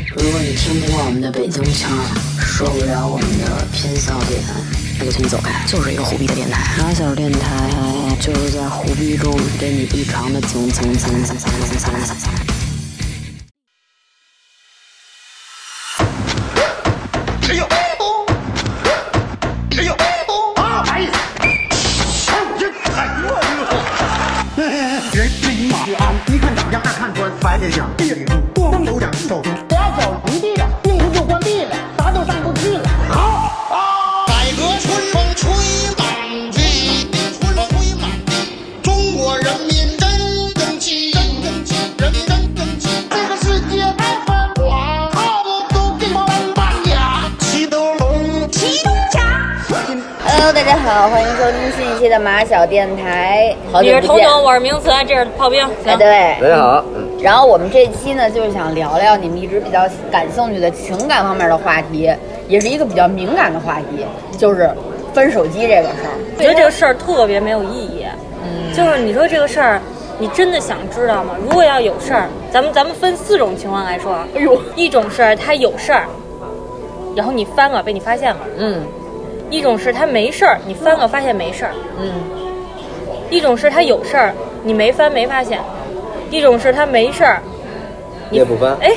听不惯我们的北京腔儿，受不了我们的偏笑点，那就请你走开。就是一个虎逼的电台，马小电台啊就是在虎逼中给你异常的蹭蹭蹭蹭蹭蹭蹭蹭蹭。哎呦，哎呦，啊！哎，哎，我这哎呦，哎，人是一马安，一看长相，二看穿，白脸相，地里住，光头长手中，俩脚离地了，病毒就关闭了，啥都上不去了。改革春风吹满地，春风吹满地，中国人民真争气，真争气，人民真争气。这个世界太繁华，看的都给翻白眼。齐德龙，齐东家。 Hello，大家好，欢迎收听新一期的马小电台，好你久呃是不头见。等，我是名词，啊这是炮兵。哎，行，对。大家好，嗯然后我们这期呢，就是想聊聊你们一直比较感兴趣的情感方面的话题，也是一个比较敏感的话题，就是分手机这个事儿。我觉得这个事儿特别没有意义。嗯就是你说这个事儿，你真的想知道吗？如果要有事儿，咱们咱们分四种情况来说。哎呦，一种是他有事儿，然后你翻了被你发现了；嗯一种是他没事儿，你翻了发现没事儿；嗯，一种是他有事儿，你没翻没发现；一种是他没事儿，你也 不翻，哎，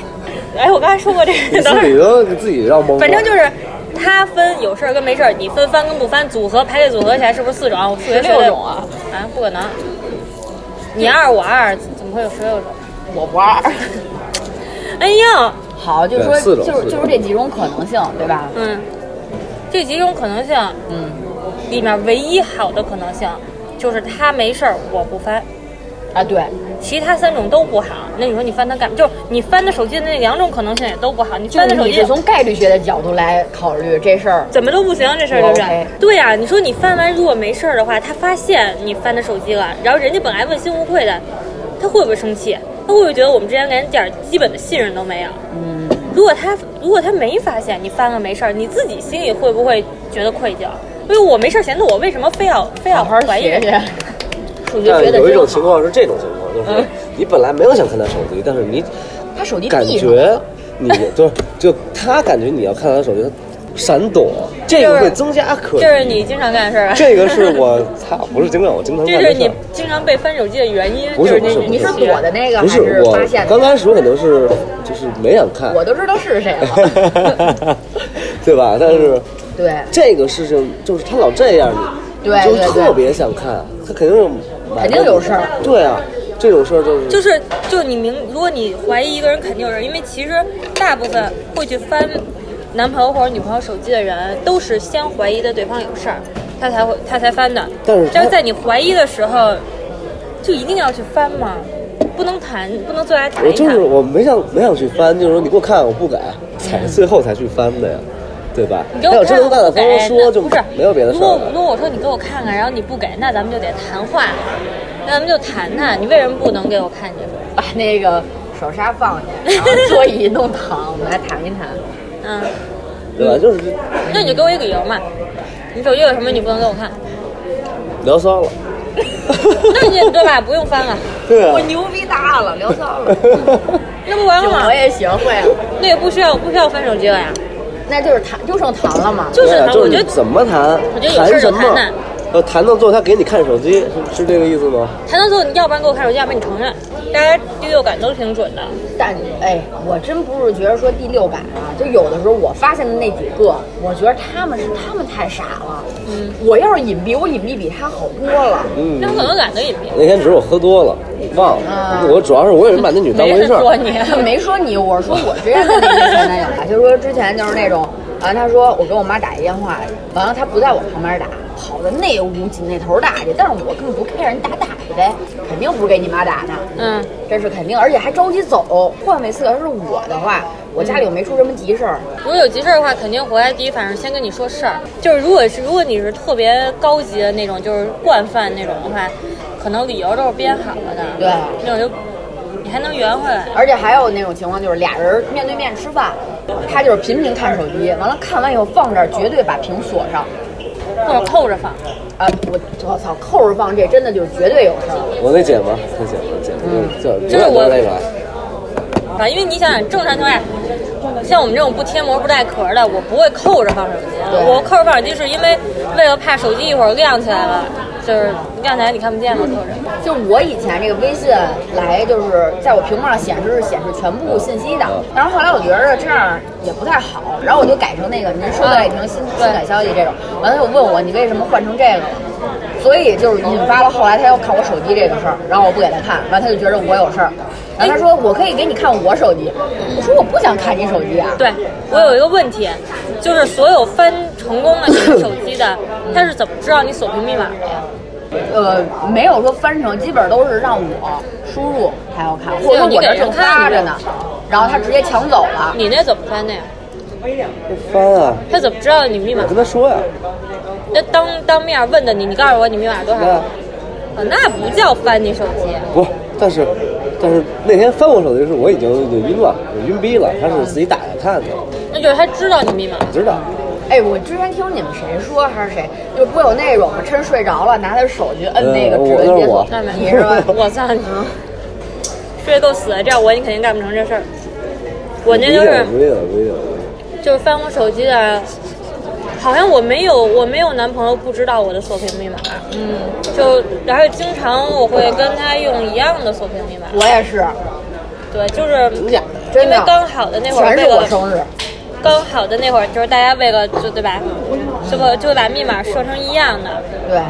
哎，我刚才说过这你个，等自会儿己。都自己绕懵了。反正就是他分有事儿跟没事儿，你分翻跟不翻，组合排列组合起来是不是四种啊？我数学六 种啊？啊，不可能！你二我二，怎么会有十六种？我不二。哎呀，好，就是对说四种就是四就种是这几种可能性，对吧？嗯，这几种可能性嗯，里面唯一好的可能性就是他没事儿我不翻，啊对，其他三种都不好。那你说你翻他干嘛？就是你翻他手机的那两种可能性也都不好，你就翻是他手你机是。从概率学的角度来考虑这事儿。怎么都不行，这事儿就是我 OK。对呀、你说你翻完如果没事儿的话，他发现你翻他手机了，然后人家本来问心无愧的，他会不会生气？他会不会觉得我们之间连点儿基本的信任都没有？嗯，如果他如果他没发现你翻了没事儿，你自己心里会不会觉得愧疚？因为我没事儿闲的，我为什么非要非要好好怀疑学人学家？。数学但学是的有一种真情好。况是这种情况，就是你本来没有想看他手机，但是你他手机感地上觉你就是就他感觉你要看他手机，他闪躲，这个会增加可这是你经常干的事儿吧？这个是我操，不是经常我经常 这干是的事你儿。经常被翻手机的原因，不就是那不是你你是是躲的那个还不是我发现的刚？开始我可能是就是没想看，我都知道是谁了。 对吧？但是对，啊这个事情就是他老这样，你对就对对特别想看，他肯定是买肯定有事儿对啊，这种事儿就是就是就你明，如果你怀疑一个人肯定有人，因为其实大部分会去翻男朋友或者女朋友手机的人，都是先怀疑的对方有事儿，他才会他才翻的。但是他但是在你怀疑的时候，就一定要去翻嘛，不能谈，不能坐下来谈我一就是谈。我没想没想去翻，就是说你给我看，我不改， 才最后才去翻的呀，对吧？你给他我有看这么大的方我改式说，就不是没有别的事如儿果如了。果我说你给我看看，然后你不给，那咱们就得谈话了，那咱们就谈谈，你为什么不能给我看见？ 把那个手刹放下，然后座椅弄躺，我们来谈一谈。嗯，对吧？就是那你就给我一个理由嘛，你手机有什么你不能给我 看？聊骚了，那你对吧？不用翻了， 对啊我， 牛逼大了，聊骚了。对那不完 了我啊吗？也学会了，那也不需要不需要翻手机了呀。那就是谈，就剩谈了嘛。就是啊，他，就我是觉你得怎么谈我觉得，有事谈儿就什谈么谈？呃，谈到最后他给你看手机，是是这个意思吗？谈到最后，你要不然给我看手机，要不然你承认。大家第六感都挺准的，但哎，我真不是觉得说第六感啊，就有的时候我发现的那几个，我觉得他们是他们太傻了。嗯，我要是隐蔽，我隐蔽比他好多了。嗯那，可能懒得隐蔽。那天只是我喝多了，忘啊了。我主要是我也没把那女当没回人事说儿，你， 没说你，我说我之前的那个前男友啊，就是说之前就是那种啊，他说我给我妈打一电话，完了他不在我旁边打，跑到那屋紧那头打去，但是我根本不 care 你打打去呗，肯定不是给你妈打的，嗯，这是肯定，而且还着急走。换位思考，要是我的话，我家里又没出什么急事儿，如果有急事儿的话，肯定回来第一反应先跟你说事儿。就是如果是如果你是特别高级的那种，就是惯犯那种的话，可能理由都是编好了的。对啊那种就你还能圆回来。而且还有那种情况就是俩人面对面吃饭，他就是频频看手机，完了看完以后放这儿，绝对把屏锁上。或者扣着放，啊，我我操，扣着放这真的就是绝对有事儿。我那姐们儿，那姐们儿，姐们儿，就就是永远都我是那个。啊，因为你想想，正常情况下，像我们这种不贴膜不带壳的，我不会扣着放手机啊。对我扣着放手机是因为为了怕手机一会儿亮起来了，就是亮起来你看不见了，扣着。就我以前这个微信来，就是在我屏幕上显示是显示全部信息的，但是后来我觉得这样也不太好，然后我就改成那个您收到一条新新改消息这种，完了他就问我你为什么换成这个了，所以就是引发了后来他要看我手机这个事儿，然后我不给他看，完了他就觉得我有事儿，然后他说我可以给你看我手机，我说我不想看你手机啊，对我有一个问题，就是所有翻成功的你的手机的，它是怎么知道你锁屏密码的呀？呃，没有说翻成，基本上都是让我输入他要看，或者我这正发着呢，然后他直接抢走了。你那怎么翻的呀？翻啊！他怎么知道你密码我跟？他说呀、那当当面问的你，你告诉我你密码多少？那啊，那不叫翻你手机。不，但是但是那天翻我手机的时候，我已经已经晕了，我晕逼了。他是自己打开看的，那就是他知道你密码。我知道。哎，我之前听你们谁说还是谁，就不有那种趁睡着了拿他手机摁那个指呃我纹解锁那没，你是 吧？我操你！啊睡够死了，这样我你肯定干不成这事儿。我那就是不对了，不对了，就是翻我手机的，好像我没有我没有男朋友不知道我的锁屏密码，嗯，就然后经常我会跟他用一样的锁屏密码，我也是，对，就是真因为的刚好的那会儿全为是我了生日，刚好的那会儿就是大家为了就对吧，就会就会把密码设成一样的，对，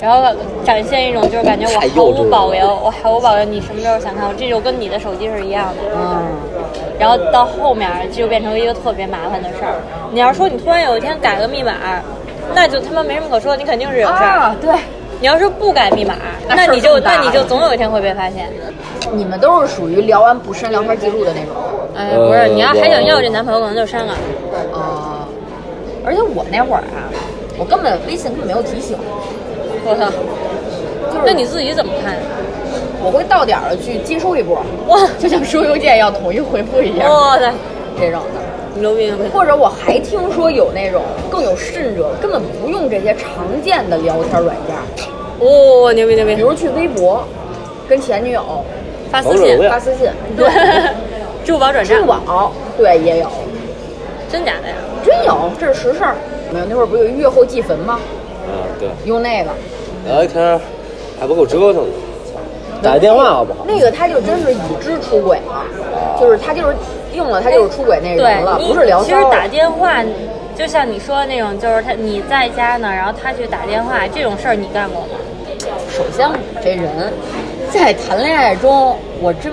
然后展现一种就是感觉我太幼毫稚无了保留，我毫无保留，你什么时候想看我，这就跟你的手机是一样的。嗯，然后到后面这就变成一个特别麻烦的事儿。你要说你突然有一天改个密码，那就他妈没什么可说，你肯定是有事儿。啊，对，你要是不改密码，那那事儿你就更大那了你就总有一天会被发现。你们都是属于聊完不删聊天记录的那种，哎，呃不是，你要还想要这男朋友，可能就删了。啊、而且我那会儿啊，我根本微信根本没有提醒，我操，就是那你自己怎么看？我会到点儿了去接收一波，哇就像收邮件要统一回复一样哇塞，这种的。牛逼牛逼！或者我还听说有那种更有甚者，根本不用这些常见的聊天软件，哇，牛逼牛比逼！如去微博，跟前女友发王私者信荣，耀发私信，对， 支付宝转账支付，宝对也有，真假的呀？真有，这是实事儿。没有，那会儿不是有月后祭坟吗？啊，对，用那个，聊一天还不够折腾呢，打个电话好不好？那个他就真是已知出轨了，就是他就是用了，他就是出轨那人了，对，不是聊其骚实了。打电话，就像你说的那种，就是他你在家呢，然后他去打电话，这种事儿你干过吗？首先，我这人在谈恋爱中，我真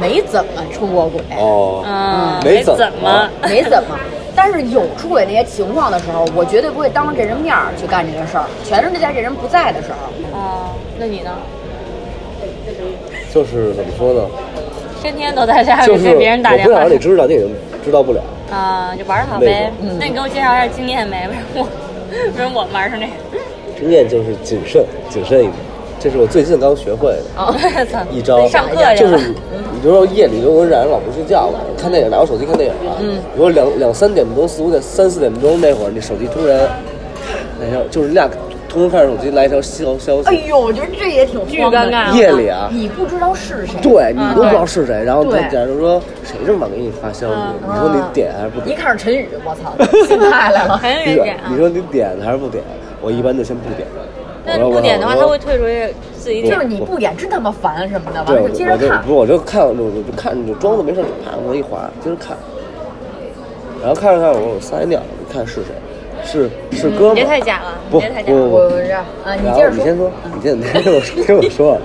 没怎么出过轨。哦，嗯，没怎怎么么，没怎么。但是有出轨那些情况的时候，我绝对不会当着这人面儿去干这个事儿，全是在这人不在的时候。哦，那你呢？就是怎么说呢？天天都在家就里是给别人打我电不想话让你知道，你也知道不了。啊，就玩儿好那呗种。嗯那你给我介绍一下经验呗，不然我，不然我玩成这经验就是谨慎，谨慎一点，这是我最近刚学会的。哦样。 操一招上课去就是了。你，你就说夜里如果染上老不睡觉了，看电影拿我手机看电影啊，嗯，如果两两三点钟、四五点、三四点钟那会儿，你手机突然，那条就是你俩同时看着手机来一条消消哎息，呦，我觉得这也挺巨慌尴的。尬，夜里啊，你不知道是谁，对嗯你都不知道是谁，然后他对假如说谁这么晚给你发消息，嗯你说你点还是不一点？看是陈宇，我操，心态来 了。很有人你说点啊你。说你点还是不点？我一般就先不点。那我说不点的话，我他说会退出去自己就点是。你不演真他妈烦什么的，完对，了我就接着就看不。是，我就看，我就看，你就装作没事，啪，我一滑，接着看，然后看着看着，我说我撒一尿，你看是谁？是是哥们嗯儿？别太假了，不别太假不了。不我不。这样啊，你然接着后你说。先说，你先 你先听我说，听我说，啊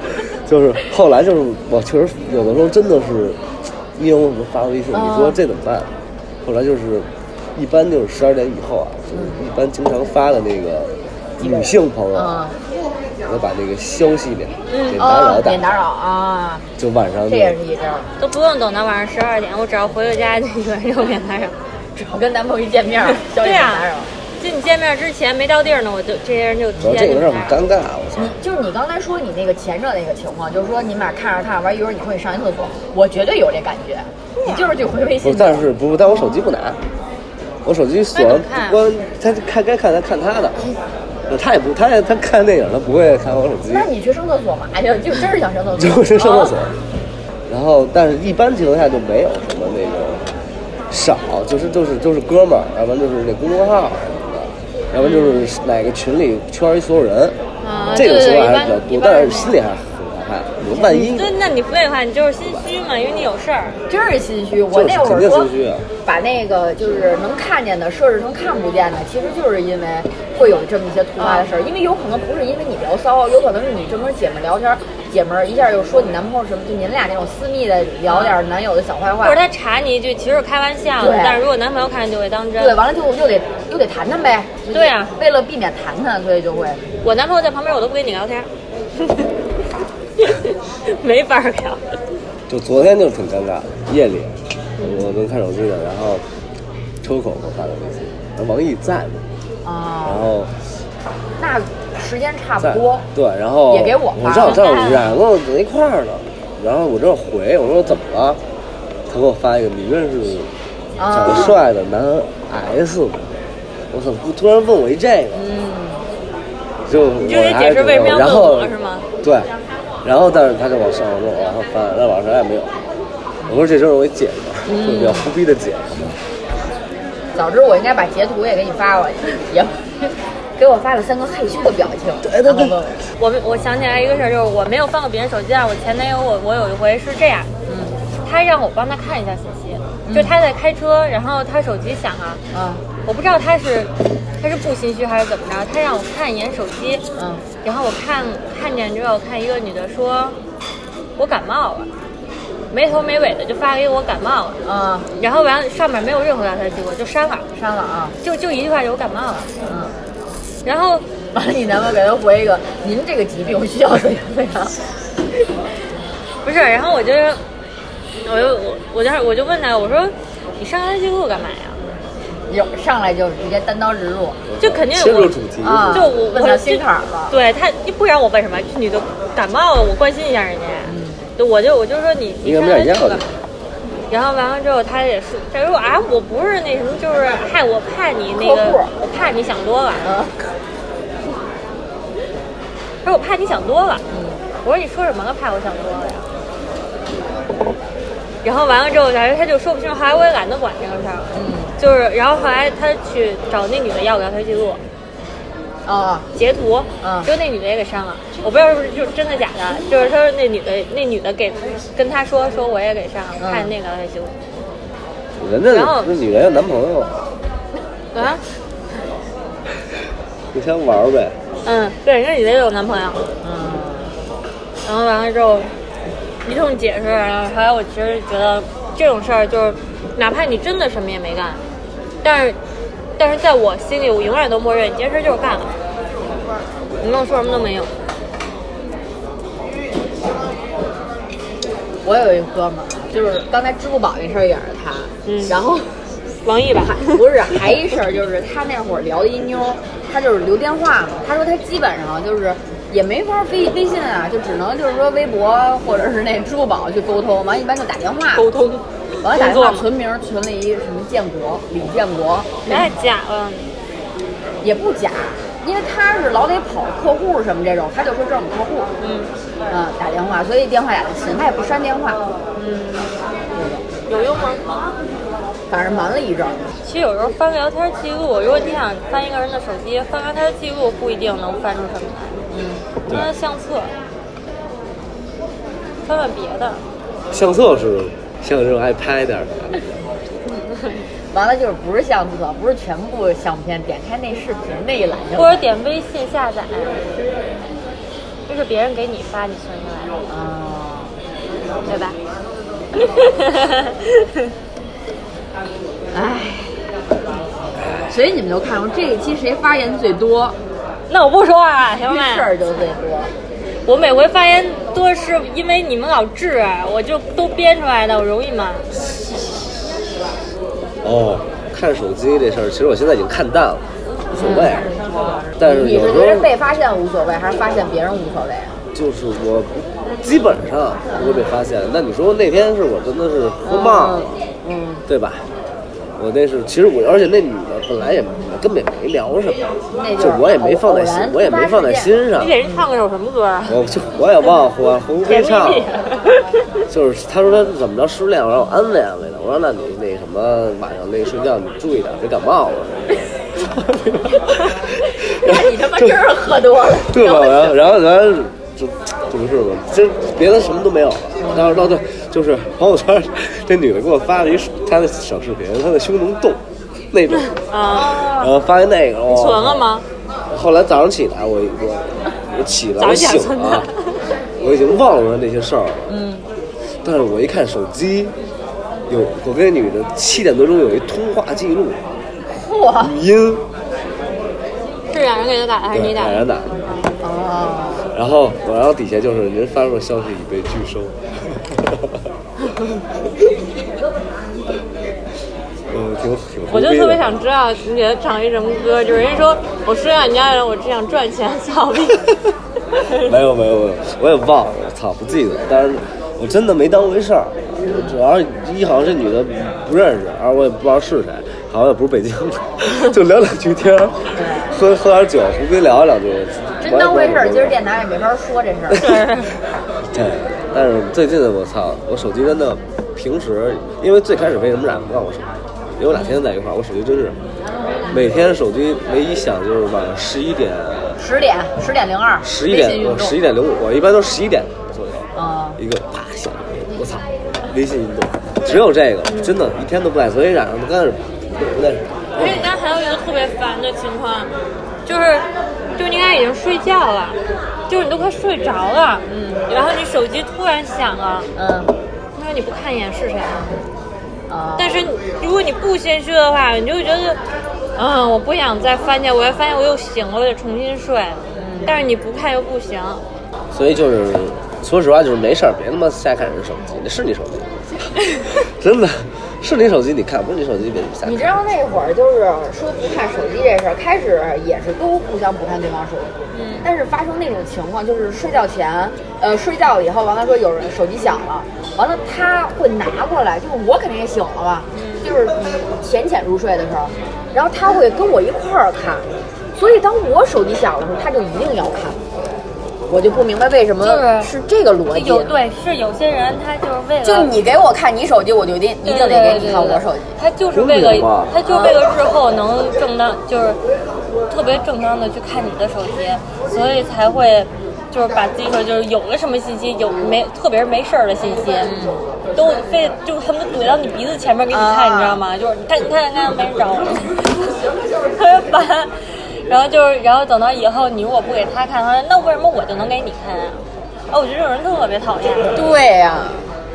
就是后来就是我确实有的时候真的是，因为我们发微信，你哦说这怎么办？后来就是，一般就是十二点以后啊，就是一般经常发的那个女性朋友，啊，我把那个消息点点打哦扰，点打打，扰啊，就晚上这就也是一招。都不用等到晚上十二点，我只要回个家就一碗肉面打扰。只要跟男朋友一见面儿，消息对点啊呀打扰。就你见面之前没到地儿呢，我就这些人就提主要前这就个有点打扰尴尬，啊我操！你就是你刚才说你那个前者那个情况，就是说你们俩看着看着玩，一会儿你会上一厕所，我绝对有这感觉。你就是去回微啊不信是，，但是不，但我手机不拿，我手机锁那完你看啊不关，他看该看他看他的，嗯他也不他也他看电影，他不会看我手机那，你去上厕所嘛去？就 啊真是想上厕所，就是上厕所啊。然后，但是一般情况下就没有什么那个少，就是就是就是哥们儿，要不然就是那公众号什么的，要不然就是哪个群里圈一所有人，啊这个对情况一还般是比较一多，般但是那是心里还很害怕，你说万嗯一对，那你废话，你就是心虚嘛，因为你有事儿。真是心虚。我就是那会肯儿定说心虚啊，把那个就是能看见的设置成看不见的，其实就是因为会有这么一些突发的事儿，因为有可能不是因为你聊骚，有可能是你正跟姐们儿聊天儿，姐们儿一下又说你男朋友什么，就你们俩那种私密的聊点儿男友的小坏话或者，他查你一句，其实是开玩笑的对，但是如果男朋友看见就会当真。对，完了就又得又得谈谈呗。就是对啊为了避免谈谈，所以就会我男朋友在旁边，我都不跟你聊天， 没法儿聊。就昨天就挺尴尬的，夜里我正看手机呢，然后抽口给我发的微信，然后王毅在吗？然啊，后那时间差在不多。对，然后也给我我发正好哎正好然后在一块儿呢，然后我正好回，我说怎么了？他给我发一个你认识啊长得帅的男 S 吗？我怎么突然问我一这个？就我嗯就得还解是释为什么挺要然问后我是吗？对，然后但是他就往上弄，然后翻，但网上也没有。我说这就是我一姐们嗯儿，就比较胡逼的姐们儿。早知我应该把截图也给你发过去，也 给我发了三个害羞的表情，对对然后问我我们我想起来一个事儿，就是我没有翻过别人手机啊。我前男友我我有一回是这样，嗯，他让我帮他看一下信息，就他在开车，然后他手机响啊，啊，我不知道他是他是不心虚还是怎么着，他让我看一眼手机，嗯，然后我看看见之后，看一个女的说，我感冒了，没头没尾的就发给我感冒了，啊，然后完了上面没有任何聊天记录，就删了，删了啊，就就一句话就我感冒了，嗯，然后完了你男朋友给他回一个，您这个疾病需要怎样怎 样，不是，然后我就，我就我我就我就问他，我说你上来记录干嘛呀？有上来就直接单刀直入就肯定切我入嗯主题，啊，就我问我到就心坎儿了，对他，不然我问什么？这女的感冒了，我关心一下人家。对，我就我就说嗯你应你该上没来点记要录紧干嘛？然后完了之后，他也说，他说啊，我不是那什么，就是害我怕你那个客户，我怕你想多了。嗯，他说我怕你想多了。我说你说什么了？怕我想多了呀？然后完了之后，反正他就说不清，后来我也懒得管这个事儿了。嗯，就是，然后后来他去找那女的要聊天记录，啊，截图，嗯就那女的也给删了。我不知道是不是就是真的假的，就是说那女的那女的给跟他说说我也给删了，嗯看那个聊天记录。人家然后那女人有男朋友，啊，互相玩儿呗。嗯，对，人家女的也有男朋友。嗯，然后完了之后一通解释，然后后来我其实觉得这种事儿就是，哪怕你真的什么也没干，但是但是在我心里，我永远都默认你这事儿就是干了，你跟我说什么都没有。我有一哥们儿，就是刚才支付宝那事儿也是他，嗯然后。王毅吧，不是，还一事儿就是他那会儿聊的一妞儿，他就是留电话嘛。他说他基本上就是也没法微微信啊，就只能就是说微博或者是那支付宝去沟通，完一般就打电话。沟通，完了打电工作话嘛，存名儿存了一什么建国李建国，太哎假嗯了。也不假，因为他是老得跑客户什么这种，他就说这是我们客户，嗯，嗯，打电话，所以电话打的勤，他也不删电话，有用吗？反正忙了一阵儿。其实有时候翻聊天记录，如果你想翻一个人的手机，翻聊天记录不一定能翻出什么来。嗯，翻相册，翻翻别的。相册是像这种爱拍点儿的，完了就是不是相册，不是全部相片，点开那视频那一栏就或者点微信下载，这是别人给你发，你存下来的，啊。对吧？ 唉，所以你们都看过这一期谁发言最多，那我不说话啊，行遇事吗？儿就最多。我每回发言多是因为你们老治，我就都编出来的，我容易吗？哦，看手机这事儿，其实我现在已经看淡了，无所谓。嗯但是你有是时觉得候被发现无所谓，还是发现别人无所谓？啊就是我基本上不会被发现。那你说那天是我真的是喝冒了，嗯，对吧？我那是，其实我，而且那女的本来也根本也没聊什么那，就就是我也没放在心偶然，我也没放在心上你。给人唱了首什么歌啊？我就我也忘了，我红黑 唱甜蜜蜜就是他说他怎么着失恋，我让我安慰安慰他。我说那你那什么晚上那睡觉你注意点，别感冒了。 那你他妈真是喝多了，对吧？然后然后咱就就不是吧，这别的什么都没有了。然后到对，就是朋友圈，这女的给我发了一她的小视频，她的胸能动 那种，哦啊，然后发现那个，存存了吗？？后来早上起来，我我我起来，早我上醒存了的，我已经忘了那些事儿了。嗯，但是我一看手机，有我跟那女的七点多钟有一通话记录，嚯！语音。是冉冉给他打的还是你对，打哦两的？人打。然后，然后底下就是您发出的消息已被拒 收。嗯，挺挺我胡就逼特别的。想知道你给他唱一什么歌，就是人家说我失恋你家人，我只想赚钱，操你！没有没有没有，我也忘了，我操，不记得。但是我真的没当回事儿，主要是一好像这女的不认识，二我也不知道是谁，好像也不是北京的，就聊两句天儿，喝喝点酒，胡逼聊两句。真当回事我儿，也不知道怎么今儿电台也没法说这事儿。对，但是最近我操，我手机真的平时，因为最开始为什么染不让我手机，因为我俩天天在一块儿，我手机真是每天手机唯一响就是晚上十一点、十点，十点零二，十一微信点、运我动十一点零五，我一般都十一点左右啊，一个啪响，我操，微信运动，只有这个，真的，一天都不赖，所以染上刚开始不赖，而且你刚才还有一个特别烦的情况，就是就是你俩已经睡觉了，就是你都快睡着了，嗯，然后你手机突然响了，嗯，他说你不看一眼是谁吗？啊，但是如果你不心虚的话，你就会觉得，嗯，我不想再翻见，我要翻见我又醒了，我得重新睡。嗯但是你不看又不行，所以就是说实话，就是没事儿，别他妈瞎看人手机，那是你手机，真的是你手机，你看不是你手机，别瞎看你。知道那会儿就是说不看手机这事儿，开始也是都互相不看对方手机，嗯，但是发生那种情况就是睡觉前，呃，睡觉了以后，完了说有人手机响了，完了他会拿过来，就是我肯定也醒了吧，就是浅浅入睡的时候，然后他会跟我一块儿看，所以当我手机响的时候，他就一定要看，我就不明白为什么就是是这个逻辑，有对是有些人他就是为了就你给我看你手机，我就一定一定得给你看我手机。他就是为了真的吗他就是为了日后能正当，就是特别正当的去看你的手机，所以才会就是把自己说就是有了什么信息，有没特别是没事儿的信息，嗯都非得就恨不得怼到你鼻子前面给你看，啊你知道吗？就是你看你看你 看，没人找我，特别烦。然后就是，然后等到以后你如果不给他看，他说那为什么我就能给你看啊？啊，我觉得这种人特别讨厌。对呀、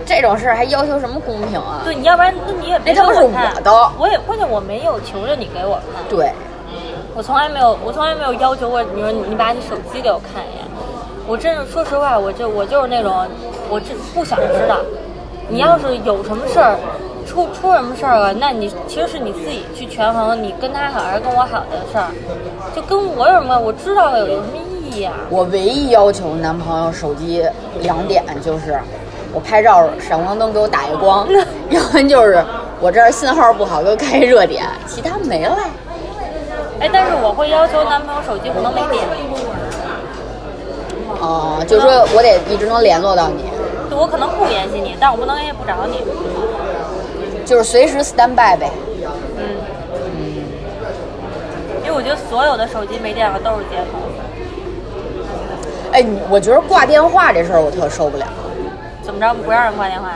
这种事儿还要求什么公平啊？对，你要不哎然那你也别那他给不是我看我的我也关键我没有求着你给我看，对，我从来没有，我从来没有要求过你说你你把你手机给我看一眼。我真是说实话，我就我就是那种，我这不想知道。你要是有什么事儿，出出什么事儿了，那你其实是你自己去权衡你跟他好还是跟我好的事儿，就跟我有什么，我知道了有有什么意义啊？我唯一要求男朋友手机两点就是，我拍照闪光灯给我打一光， 要不然就是我这儿信号不好给我开一热点，其他没了。哎，但是我会要求男朋友手机不能没电，哦、就说我得一直能联络到你，就我可能不联系你，但我不能也不找你。就是随时 stand by 呗。嗯因为我觉得所有的手机没电了都是接头，哎，你我觉得挂电话这事儿我特受不了，怎么着不让人挂电话？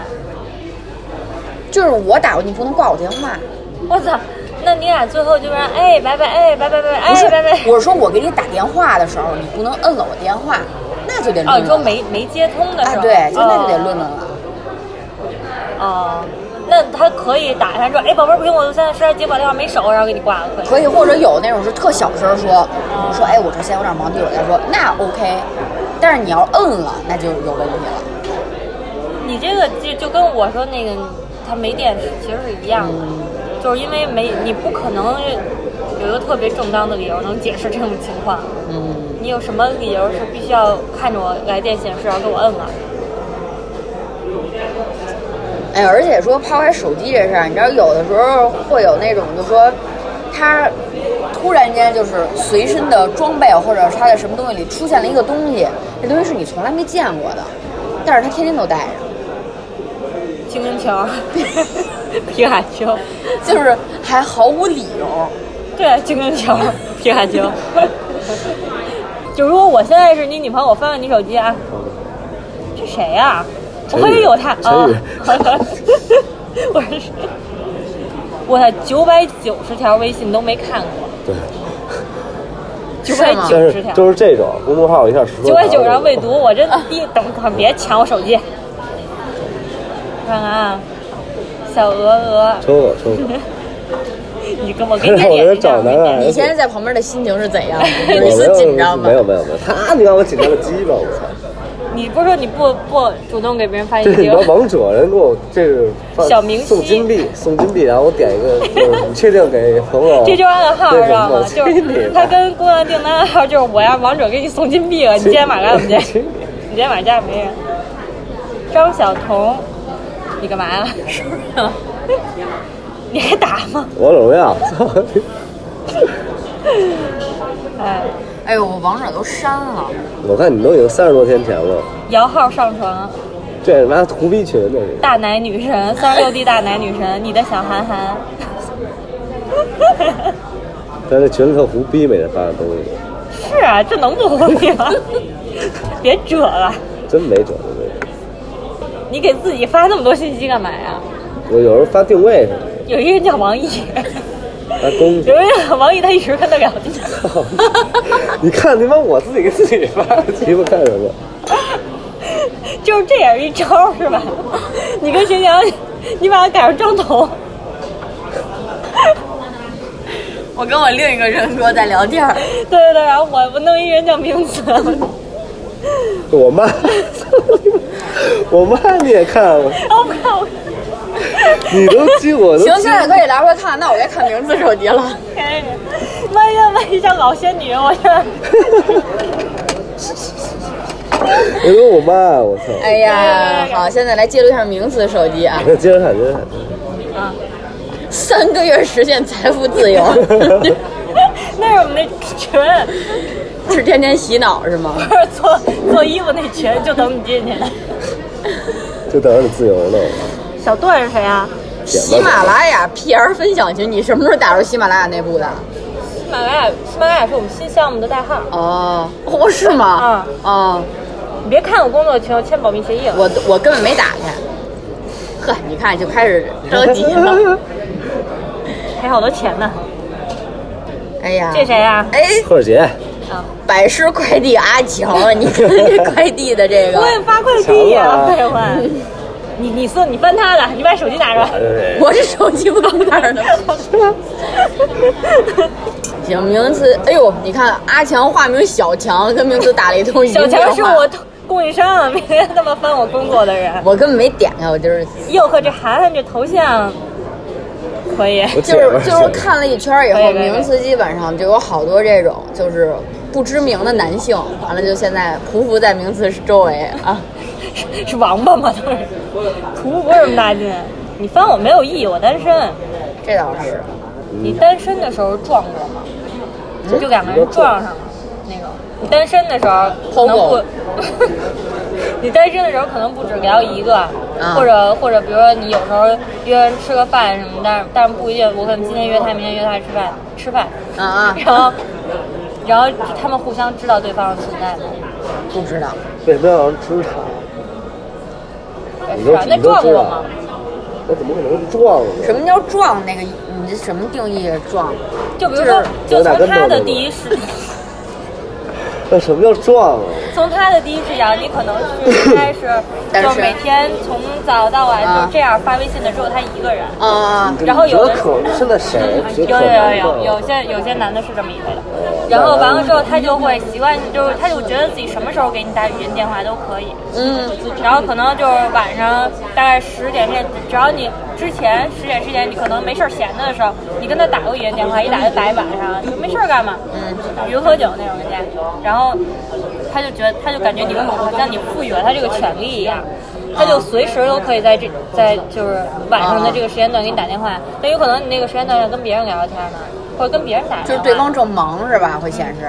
就是我打过你不能挂我电话， 我操！那你俩最后就让哎拜拜哎拜拜拜拜不是哎拜拜，我是说我给你打电话的时候你不能摁了我电话，那就得哦，论你说了。没没接通的时啊，候，对，就那就得论论了。哦。哦那他可以打上说，哎，宝贝儿，不行，我现在实在接不了电话，没手，然后给你挂了，可可以。以，或者有那种是特小声说，我说哎，我这现在有点忙，对我来说那 OK，但是你要摁了，那就有问题了。你这个就就跟我说那个他没电是其实是一样的，就是因为没你不可能有一个特别正当的理由能解释这种情况。嗯，你有什么理由是必须要看着我来电显示，然后给我摁了？哎，而且说抛开手机这事儿，你知道有的时候会有那种，就说他突然间就是随身的装备或者是他的什么东西里出现了一个东西，这东西是你从来没见过的，但是他天天都带着。精灵球、 皮卡丘，就是还毫无理由。哎对，精灵球、皮卡 丘。就如果我现在是你女朋友，我翻翻你手机啊，是谁呀、我陈宇还以为有他陈啊宇， 我是，我操，九百九十条微信都没看过，对，九百但九十是条，就是这种公众号一下十九多条百九十条未读，我真第一等等别抢我手机，看看啊，小鹅鹅，抽我抽我。你跟我给但你 是我觉点得一下找，男孩你子现在在旁边的心情是 怎样？我有一丝紧张吗没？有没有没有，他你让我紧张个鸡巴，我操！你不是说你不不主动给别人发这信是息你知吗道？王者人给我这是发哎小明送星？金币送金币，然后我点一个，就是你确定给朋友这就是暗号，对知道吗？我就亲你是吧他跟姑娘订的暗号，就是我要王者给你送金币了，你今天晚上 我们家， 亲你今天晚上家没人。张晓彤，你干嘛呀？ 是不是？你还打吗？王者荣耀， 哎，哎呦，我王者都删了。我看你都已经三十多天前了，摇号上床，这他妈胡逼群这是。大奶女神，三十六 D 大奶女神，你的小韩寒。但是这群里头胡逼每天发的东西，是啊，这能不红吗？别扯了，真没辙的这你给自己发那么多信息干嘛呀？个。我有时候发定位什么的，有一个人叫王毅，发公有一个人叫王毅，他一直跟他聊天。 你看你妈我自己给自己发的，鸡巴干什么？就是这也是一招是吧？ 你跟徐娘，你把他改成张彤，我跟我哦另一个人哥在聊天儿，对对对，然后我我弄一人叫名字，我妈， 我妈你也看，我不看我你都记我都行，记现在可以来回看，那我该看名字手机了。看人，万一万一像老仙女，我这 我说我妈，我操！哎呀，好，现在来揭露一下名字手机啊，那接着看，接着看，三个月实现财富自 由，那是我们那群，是天天洗脑是吗？不是做做衣服那群，就等你进去。就等着你自由呢。小段是谁啊？点喜马吧，拉雅 PR 分享群，你什么时候打入喜马拉雅内部的？喜马拉雅，喜马拉雅是我们新项目的代号。哦，哦，是吗？哦，你别看我工作群，我签保密协议了。我我根本没打开。呵，你看就开始着急了。 还有好多钱呢。哎呀，这谁啊？哎，贺儿姐，百世快递阿强，你看这快递的这我也个，发快递呀，强了废话。你你送你翻他的，你把手机拿出来。我是手机不到那儿呢。行，名字，哎呦，你看阿强化名小强，跟名字打了一通语音 小强是电话我供应商，每天他妈翻我工作的人。我根本没点开，我就是哟呵，这涵涵这头像可以， 我姐就们是儿就是看了一圈以可以后，可以名次基本上就有好多这种就是不知名的男性，完了就现在匍匐在名次周围啊。 是是王八吗？都是 图不是什么大劲。你翻我没有意义，我单身。这倒是，你单身的时候撞过吗？就两个人撞上了那种。你单身的时候可能不偷，你单身的时候可能不止聊一个，或者或者比如说你有时候约人吃个饭什么，但是但是不一定，我可能今天约他，明天约他吃饭吃饭，啊啊，然后然后他们互相知道对方的存在吗？不知道，为什么要让知道？你是都吧？那你都撞知过道吗？，我怎么可能撞呢？什么叫撞？那个你什么定义撞？就比如说，就就是哪从根他头的呢第一视，那什么叫撞啊？从他的第一视角，你可能是应该是单就身每天从早到晚啊就这样发微信的只有他一个人。啊啊，然后有有的可现在谁？有有有有有些有些男的是这么以为的，然后完了之后他就会习惯，就是他就觉得自己什么时候给你打语音电话都可以，嗯，然后可能就是晚上大概十点这，只要你之前十点十点你可能没事儿闲的时候，你跟他打个语音电话，一打就打一晚上，就没事儿干嘛，嗯，云喝酒那种人家，然后他就觉得他就感觉你好像你赋予了他这个权利一样，他就随时都可以在这在就是晚上的这个时间段给你打电话，但有可能你那个时间段要跟别人聊聊天呢，或者跟别人打电话，就是对方正忙是吧？会显示，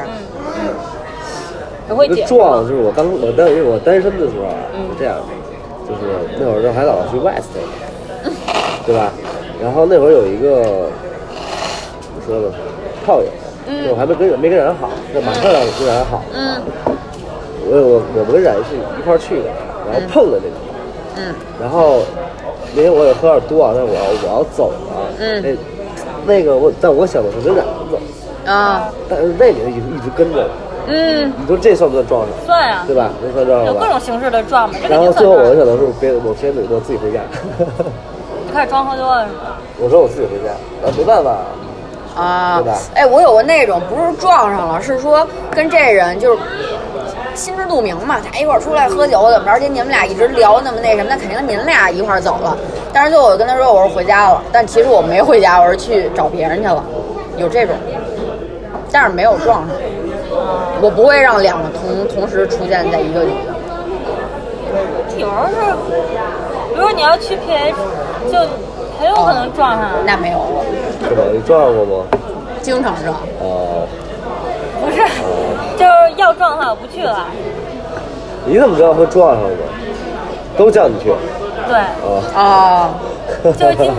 不会就解释撞，就是我刚我单我单身的时候啊，是这样的，就是那会儿就还老 去 West，对吧？然后那会儿有一个怎么说呢，炮友，嗯我还没跟没跟冉好，那马上要跟冉好，嗯，我我我们跟冉是一块儿去的，然后碰的那种，嗯，然后那天我也喝点多啊，但我要我要走了，嗯那那个我但我想的是跟冉走，哦啊，但是那女的一直一直跟着我，嗯，你说这算不算撞上？算啊对，吧？那算撞有上各吧。种形式的撞嘛，这然肯后定最算后我撞。想的是，别我先得我自己 回家。你开始装喝多了是吗？我说我自己回家，那没办法，啊对吧，哎，我有过那种不是撞上了，是说跟这人就是心知肚明嘛，他一块儿出来喝酒怎么着，而且你们俩一直聊那么那什么，那肯定您俩一块儿走了。但是最后我跟他说我是回家了，但其实我没回家，我是去找别人去了，有这种，但是没有撞上。我不会让两个同同时出现在一个女的。有时候是，比如说你要去 PH，就很有可能啊撞上。那没有过，是吧？你撞上过吗？经常撞。啊，不是， 就是要撞的话我不去了。你怎么知道会撞上的？都叫你去对，啊？哦，就是 今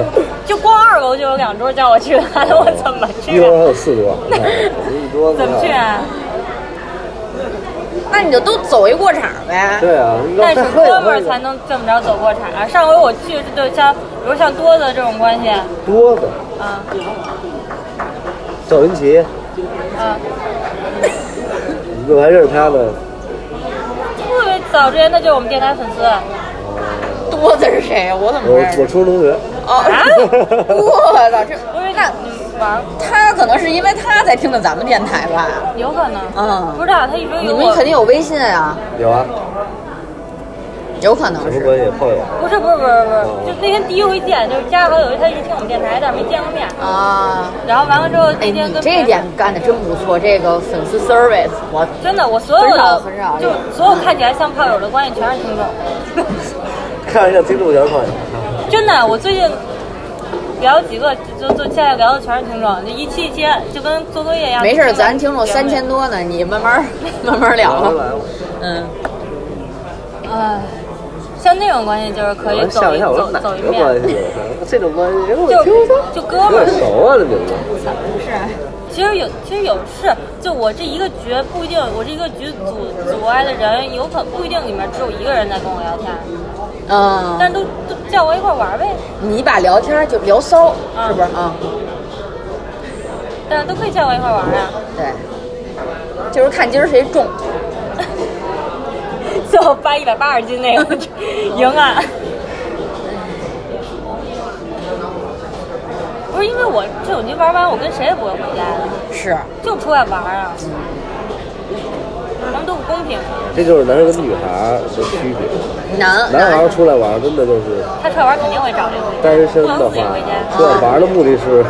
就光二楼就有两桌叫我去的， 我怎么一去桌啊？还有四 桌，你看我一桌子怎么去啊？那你就都走一过场呗。对啊，你但是看哥们儿才能这么着走过场。啊上回我去就像，比如像多子这种关系，桌子，啊赵云奇，啊，你怎么还认识他呢？特别早之前他就是我们电台粉丝，多的是谁呀？我怎么我不认识我？初中同学，哦，啊 我操，这不是那嗯玩儿他可能是因为他才听的咱们电台吧？有可能，嗯不知道他一直你有们我肯。定有微信啊，有啊，有可能什么是。关系？炮友。不是不是不是不哦是，就那天第一回见，就是加了好友，他一直听我们电台，但是没见过面。啊，然后完了之后，哎，那你天跟别这人一点干的真不错，这个粉丝 service，我真的，我所有很少的很少哎就所有看起来像炮友的关系全是听众， 看着像听众缘炮友，真的，我最近。聊几个，就就现在聊的全是听众，就一期一期就跟做作业一样。没事儿，咱听听众三千。多呢，你慢慢 慢慢聊聊得吧。来吗？嗯，哎，像那种关系就是可以我走想一一下，我走说哪走一个面，关系？ 我操这种关系，哎就我听着就哥们有儿点。熟啊，这名字。其实有，其实有是，就我这一个局不一定，我这一个局阻阻碍的人，有可不一定里面只有一个人在跟我聊天，嗯，但都都叫我一块儿玩儿呗，你把聊天就聊骚，啊是不是啊？但是都可以叫我一块儿玩儿啊， 对，就是看今儿谁重。最后掰一百八十斤那个赢啊！不是因为我这种局玩完，我跟谁也不会回家的，是，就出来玩儿啊，咱们都不公平。这就是男孩跟女孩的区别。男男孩出来玩，真的就是他出来玩儿肯定会找人回单身不能的自己话回家，出来玩的目的是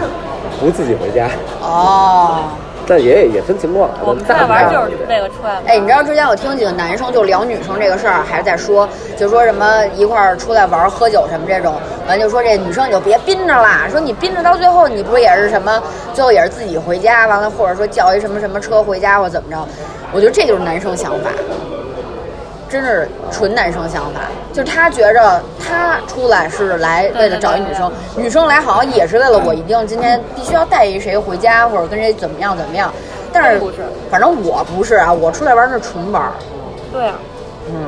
不自己回家，哦。但也也分情况。我们出来大玩儿玩就是为了出来玩儿。哎，你知道之前我听几个男生就聊女生这个事儿，还在说，就说什么一块儿出来玩儿喝酒什么这种，完就说这女生你就别憋着啦，说你憋着到最后你不是也是什么，最后也是自己回家，完了或者说叫一什么什么车回家或怎么着，我觉得这就是男生想法，真是纯男生想法，就是他觉着他出来是来为了找一女生，女生来好像也是为了我一定今天必须要带一谁回家或者跟谁怎么样怎么样，但是不是反正我不是啊，我出来玩儿是纯玩儿，对啊。嗯，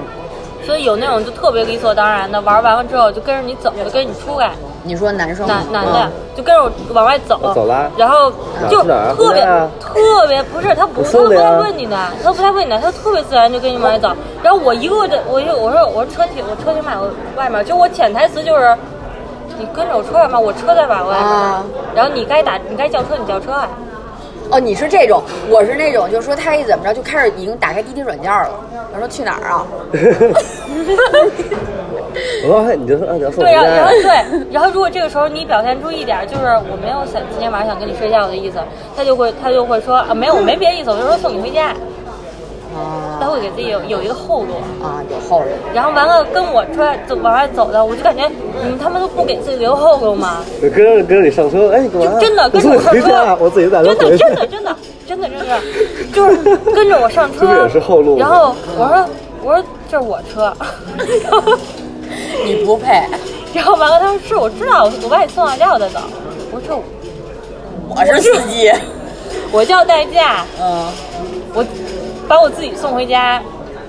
所以有那种就特别理所当然的，玩完了之后就跟着你走，就跟着你出来，你说男生男吗男的就跟着我往外走我，嗯走啦然后就哪儿去哪儿特别回来啊特别不是他不我他送不你啊太问你的，他不太问你的，他特别自然就跟你往外走。然后我一个的，我就我说我说车停我车停马路外面，就我潜台词就是你跟着我车外面，我车在马路外面，啊然后你该打你该叫车你叫车啊，哦，你是这种，我是那种，就是说他一怎么着就开始已经打开滴滴软件儿了，我说去哪儿啊？ 我说嘿，你就说啊，你要说我对，回然后然家后，对，然后如果这个时候你表现出一点儿就是我没有想今天晚上想跟你睡觉的意思，他就会他就会说啊没有我没别的意思，我就说送你回家，啊他会给自己有有一个后路。啊，有后人。然后完了跟我出来走往外走的，我就感觉你们他们都不给自己留后路吗？就跟着跟着你上车，哎，你干嘛？就真的跟着我我自己上回车家，，我自己打车真的回去。真的真的真的真的， 就是跟着我上车，这不也是后路吗然后我说我说这是我 车，然后你不配，然后完了他说是我知道，我说我把你送到家我再走，我说这我是司机。 我叫代驾，嗯，我把我自己送回家。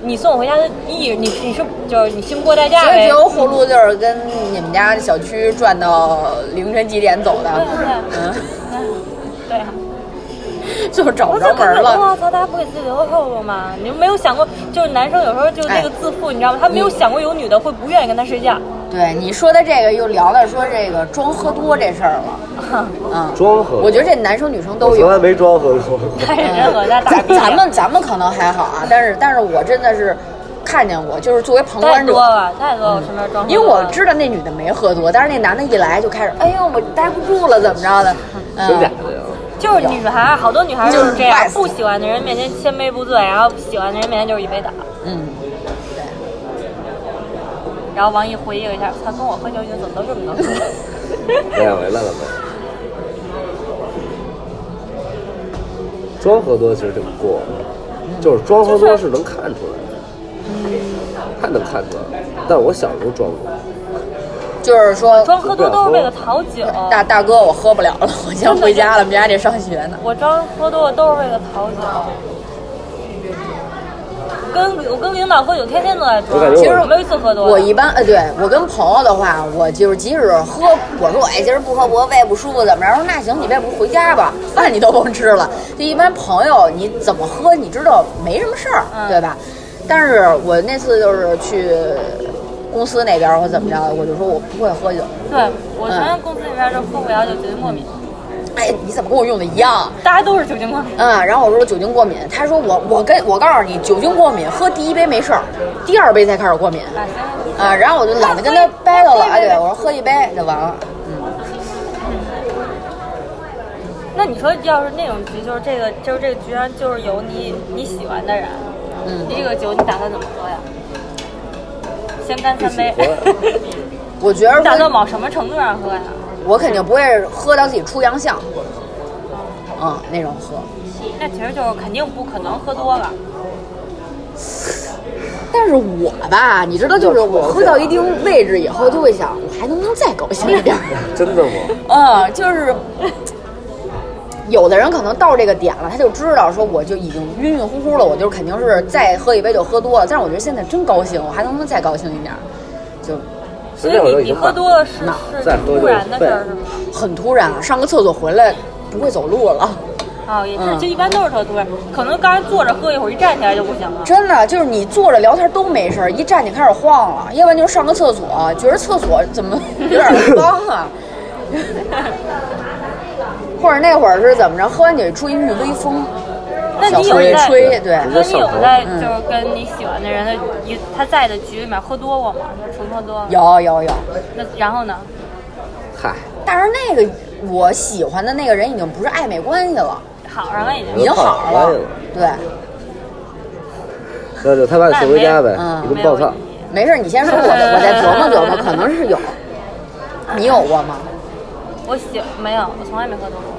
你送我回家的意义，你你是就是你信不过代驾其实呗只？有后路就是跟你们家小区转到凌晨几点走对的，对嗯， 对对啊！就是找我不就着感门觉了。我操，大家不给自己留后路吗？你们没有想过，就是男生有时候就那个自负，你知道吗？他没有想过有女的会不愿意跟他睡觉。 对你说的这个，又聊到说这个装喝多这事儿了。嗯，装喝，我觉得这男生女生都我从有来。没装 喝过。太任何在打哎咱屁眼咱们咱们可能还好啊，但是但是我真的是看见过，就是作为旁太观多者，了，太多了，我身边装。因为我知道那女的没喝多，但是那男的一来就开始，哎呦我待不住了，怎么着的？真假嗯，的呀？就是女孩儿，好多女孩儿就是这样就，是不喜欢的人面前千杯不醉，然后喜欢的人面前就是一杯倒。嗯，然后王一回忆了一下，他跟我喝酒酒怎么都这么能喝？嗯没有，没烂了没。装喝多其实挺过的，就是装喝多是能看出来的，太能看出来了。但是我小时候装过，就是说装 喝多都是为了讨酒。大大哥我喝不了了，我先回家了，明儿还得上学呢。我装喝多都是为了讨酒。跟我跟领导喝酒，天天都在我感装。觉其实我我没有一次喝多的。我一般呃，对我跟朋友的话，我就是即使喝，我说我哎今儿不喝，我胃不舒服怎么着？我说那行，你胃不舒服回家吧，饭你都甭吃了。就一般朋友你怎么喝，你知道没什么事儿，嗯对吧？但是我那次就是去公司那边儿或怎么着，我就说我不会喝酒。对我嗯原来公司里边就喝不了酒，酒精过敏，哎，你怎么跟我用的一样？大家都是酒精过敏。嗯，然后我说我酒精过敏，他说我我跟我告诉你，酒精过敏喝第一杯没事儿，第二杯才开始过敏。哎行啊，然后我就懒得跟他掰叨了，啊，对我说喝一杯就完了。那你说，要是那种局，就是这个，就是这个局上就是有你你喜欢的人，嗯你这个酒你打算怎么喝呀？先干三杯不喜，我觉得 你打算我往什么程度上喝呀？我肯定不会喝到自己出洋相，嗯，那种喝。那其实就是肯定不可能喝多了，但是我吧，你知道，就是我喝到一定位置以后，就会想，我还能不能再高兴一点儿？真的吗？嗯，就是 有的人可能到这个点了，他就知道说我就已经晕晕乎乎了，我就肯定是再喝一杯就喝多了。但是我觉得现在真高兴，我还能不能再高兴一点儿？就所那会以儿就你已你经喝多了是再是喝就突然的事儿废是吗？很突然，啊上个厕所回来不会走路了。啊，也是，嗯就一般都是特突然，可能刚才坐着喝一会儿，一站起来就不行了。真的就是你坐着聊天都没事儿，一站就开始晃了，要不然就是上个厕所，觉得厕所怎么 有点脏啊， 或者那会儿是怎么着，喝完酒出一遇微风，那小哎你有风一在吹，对，那你有直接上头在嗯就是跟你喜欢的人的一他在的局里面喝多过吗？就是纯喝多？。有有有，那然后呢？嗨，但是那个我喜欢的那个人已经不是暧昧关系了，好上了已经。已经好泡好了了，对，那就他把你送回家呗那，没一没顿有暴意躁。义。没事儿，你先说我的，我再琢磨琢磨，可能是有，你有过吗？我喜没有，我从来没喝多过。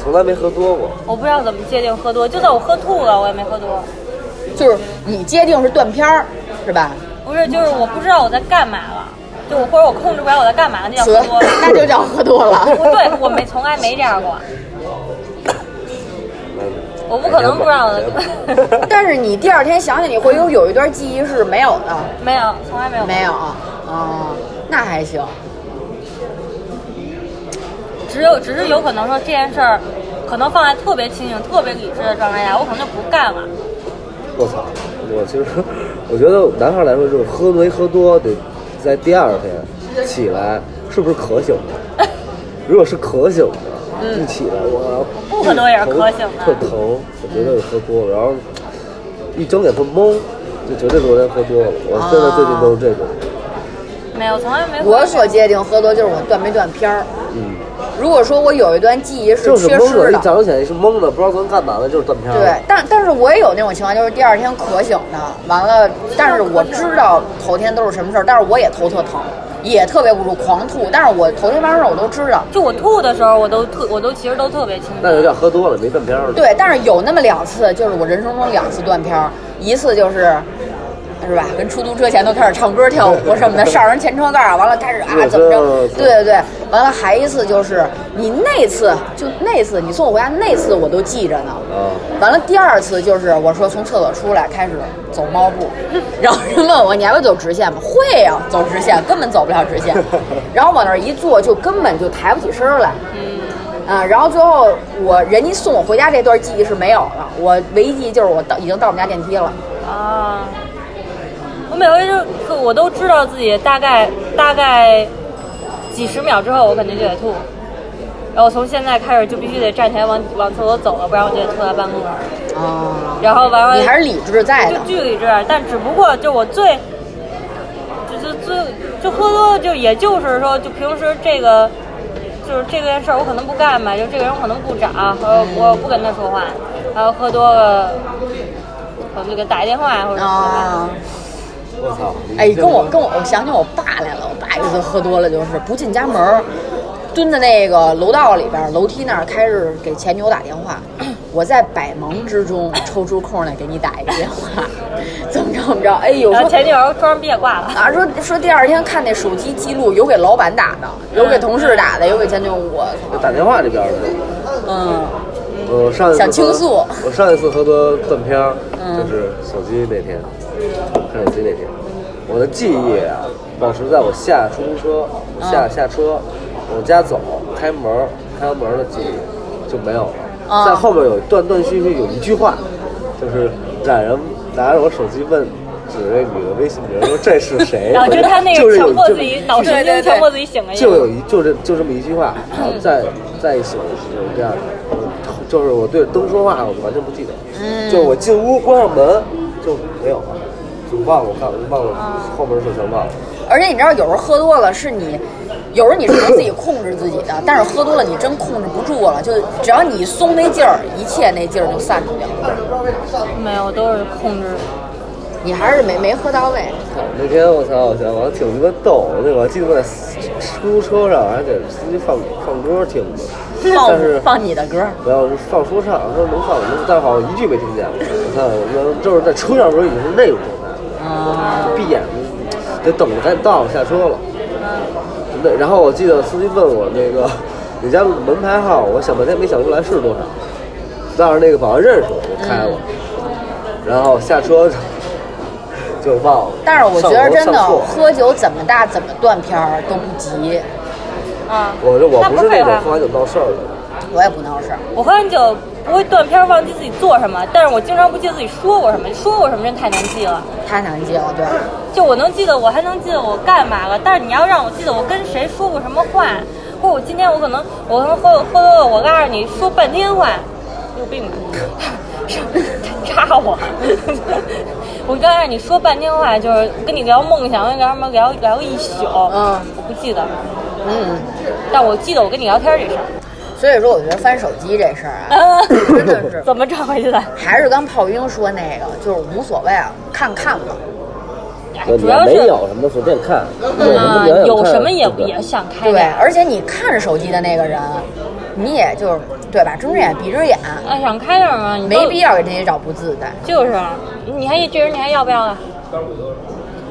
从来没喝多过，我不知道怎么界定喝多，就算我喝吐了，我也没喝多。就是你界定是断片儿，是吧？不是，就是我不知道我在干嘛了，就我或者我控制不了我在干嘛，那叫所喝以多了。 那就叫喝多了。我对我没从来没这样过，那我不可能不让我 改天吧 但是你第二天想起你会有有一段记忆是没有的， 没有，从来没有。没有，啊、哦，那还行，只有只是有可能说这件事儿，可能放在特别清醒、特别理智的状态下，我可能就不干了。我操！我其实我觉得男孩来说，就是喝没喝多得在第二天起来，是不是渴醒 的？如果是渴醒的，嗯一起来我不喝多也是渴醒啊的特疼，我觉得是喝多了，然后一睁眼特懵，就绝对昨天喝多了。我现在最近都是这种，没有，从来没喝过。我所界定喝多就是我断没断片儿。嗯，如果说我有一段记忆就是啊缺懵失的，一了，早上起来是懵的，不知道昨天干嘛了，就是断片儿对了。，但但是我也有那种情况，就是第二天渴醒的，完了，但是我知道头天都是什么事儿，但是我也头特疼，也特别无助，狂吐，但是我头天晚上我都知道。就我吐的时候，我都特，我都其实都特别清楚。那有点喝多了，没断片儿了。对，但是有那么两次，就是我人生中两次断片儿，一次就是。是吧？跟出租车前头开始唱歌跳舞什么的，上人前车盖儿，完了开始啊热怎么车着？对对对，完了还一次就是你那次就那次你送我回家那次我都记着呢。啊，完了第二次就是我说从厕所出来开始走猫步，然后人问我你还会走直线吗？会呀、走直线根本走不了直线，然后往那儿一坐就根本就抬不起身儿来。啊，然后最后我人家送我回家这段记忆是没有了，我唯一记忆就是我到已经到我们家电梯了。啊，我每回就我都知道自己大概大概几十秒之后，我肯定就得吐。然后从现在开始就必须得站起来往往厕所走了，不然我就得吐在办公室。啊，然后完了，你还是理智在就的，距离这儿，但只不过就我最，就就最就喝多了，就也就是说，就平时这个就是这件事儿，我可能不干吧，就这个人我可能不长，呃，我不跟他说话，然后喝多了，可能就给他打一电话或者什么的。啊，我操！哎，跟我跟我，我想起我爸来了，我爸有一次喝多了，就是不进家门儿，蹲在那个楼道里边儿楼梯那儿开始给前女友打电话。 我在百忙之中抽出空来给你打一电话， 怎么着怎么着？哎，有时然后候前女友装毕业挂了。啊，说说第二天看那手机记录，有给老板打的，嗯有给同事打的，有给前女友。我那打电话这边儿的，操，嗯，我上一次想倾诉喝我上一次喝多断片儿，嗯就是手机那天，看手机那天，我的记忆啊，保持在我下出租车、嗯下下车往家走，开门儿，开完门儿的记忆就没有了。嗯啊在后面有断断续续有一句话，就是冉冉拿着我手机问。指着那女的微信名说：“这是谁？” 然后就他那 就个是有强迫这自么己脑神对对对经强迫自己醒了一下就有一就这就这么一句话，然后再再一宿就是这样的，我就是我对灯说话我完全不记得，就是我进屋关上门就没有了，就忘了我看忘了后面的事全忘了，而且你知道，有时候喝多了是你，有时候你是能自己控制自己的，但是喝多了你真控制不住了，就只要你一松那劲儿，一切那劲儿就散出去了。没有，都是控制。你还是没没喝到位，那天我操，我想我还挺他妈逗，那我还记得我在出租车上还给司机放放歌听的，但放是放你的歌，然后是放说唱，他说能放什么，但是好像一句没听见。我看我们就是在车上的时候已经是那种状态，就闭眼得等着赶紧到下车了。那然后我记得司机问我那个 你家门牌号，我想半天没想出来是多少，但是那个保安认识我，我开了，然后下车就就忘了。但是我觉得真的上楼上错喝酒怎么大怎么断片儿都不急，啊，我这我那不不是那废种话喝吗完酒闹事儿的，我也不闹事儿。我喝完酒不会断片儿，忘记自己做什么，但是我经常不记得自己说过什么，说过什么真太难记了。太难戒了，对，就我能记得，我还能记得我干嘛了，但是你要让我记得我跟谁说过什么话，或者我今天我可能我可能喝喝多了，我告诉你说半天话，有 病吧？扎我！我刚让你说半天话，就是跟你聊梦想，跟你聊什么聊聊一宿，嗯我不记得，嗯，但我记得我跟你聊天这事儿。所以说我觉得翻手机这事儿啊，啊真的是 怎么找回去的？还是刚炮兵说那个，就是无所谓啊，看看吧。哎对主你要要没是有什么随便看，有什么啊你要想，有看什么也就看也想开对，点，而且你看着手机的那个人，你也就是对吧？睁只眼闭只眼，啊想开点嘛，你没都必要给这些找不自在。就是，你还这人你还要不要了？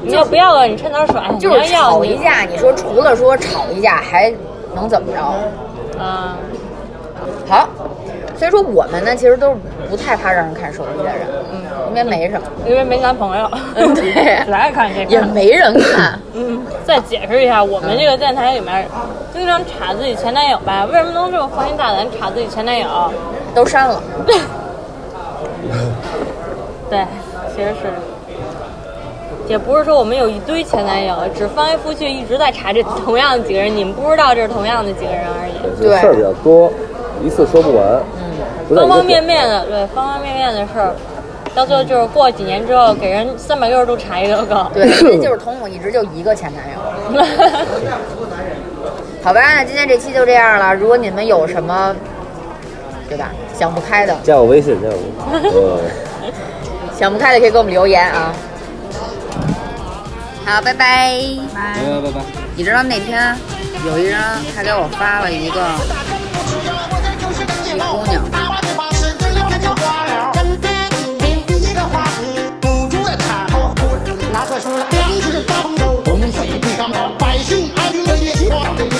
你要不要啊了，你趁早甩。就你要是要吵你一架，你说除了说吵一架，还能怎么着？啊，好，所以说我们呢，其实都是不太怕让人看手机的人，嗯，应该没什么，因为没男朋友。嗯 对哪爱 看这也个？没人看。嗯，再解释一下，我们这个电台里面经常查自己前男友吧？为什么能这么放心大胆查自己前男友？ 都删了。对，其实是。也不是说我们有一堆前男友，只翻来覆去一直在查这同样的几个人，你们不知道这是同样的几个人而已。对，事儿比较多，一次说不完，不在一嗯方个方面面的，对方方面面的事儿，到最后就是过几年之后，给人三百六十度 查一个够。对，因为就是童总一直就一个前男友，好吧，那今天这期就这样了。如果你们有什么，对吧，想不开的，加我微信，加 我微信。呃。想不开的可以给我们留言啊。好，拜拜。你知道那天有一人他给我发了一个。姑娘。拿个书来，编织的当头，红色的背上毛，百姓安居乐业，一望的。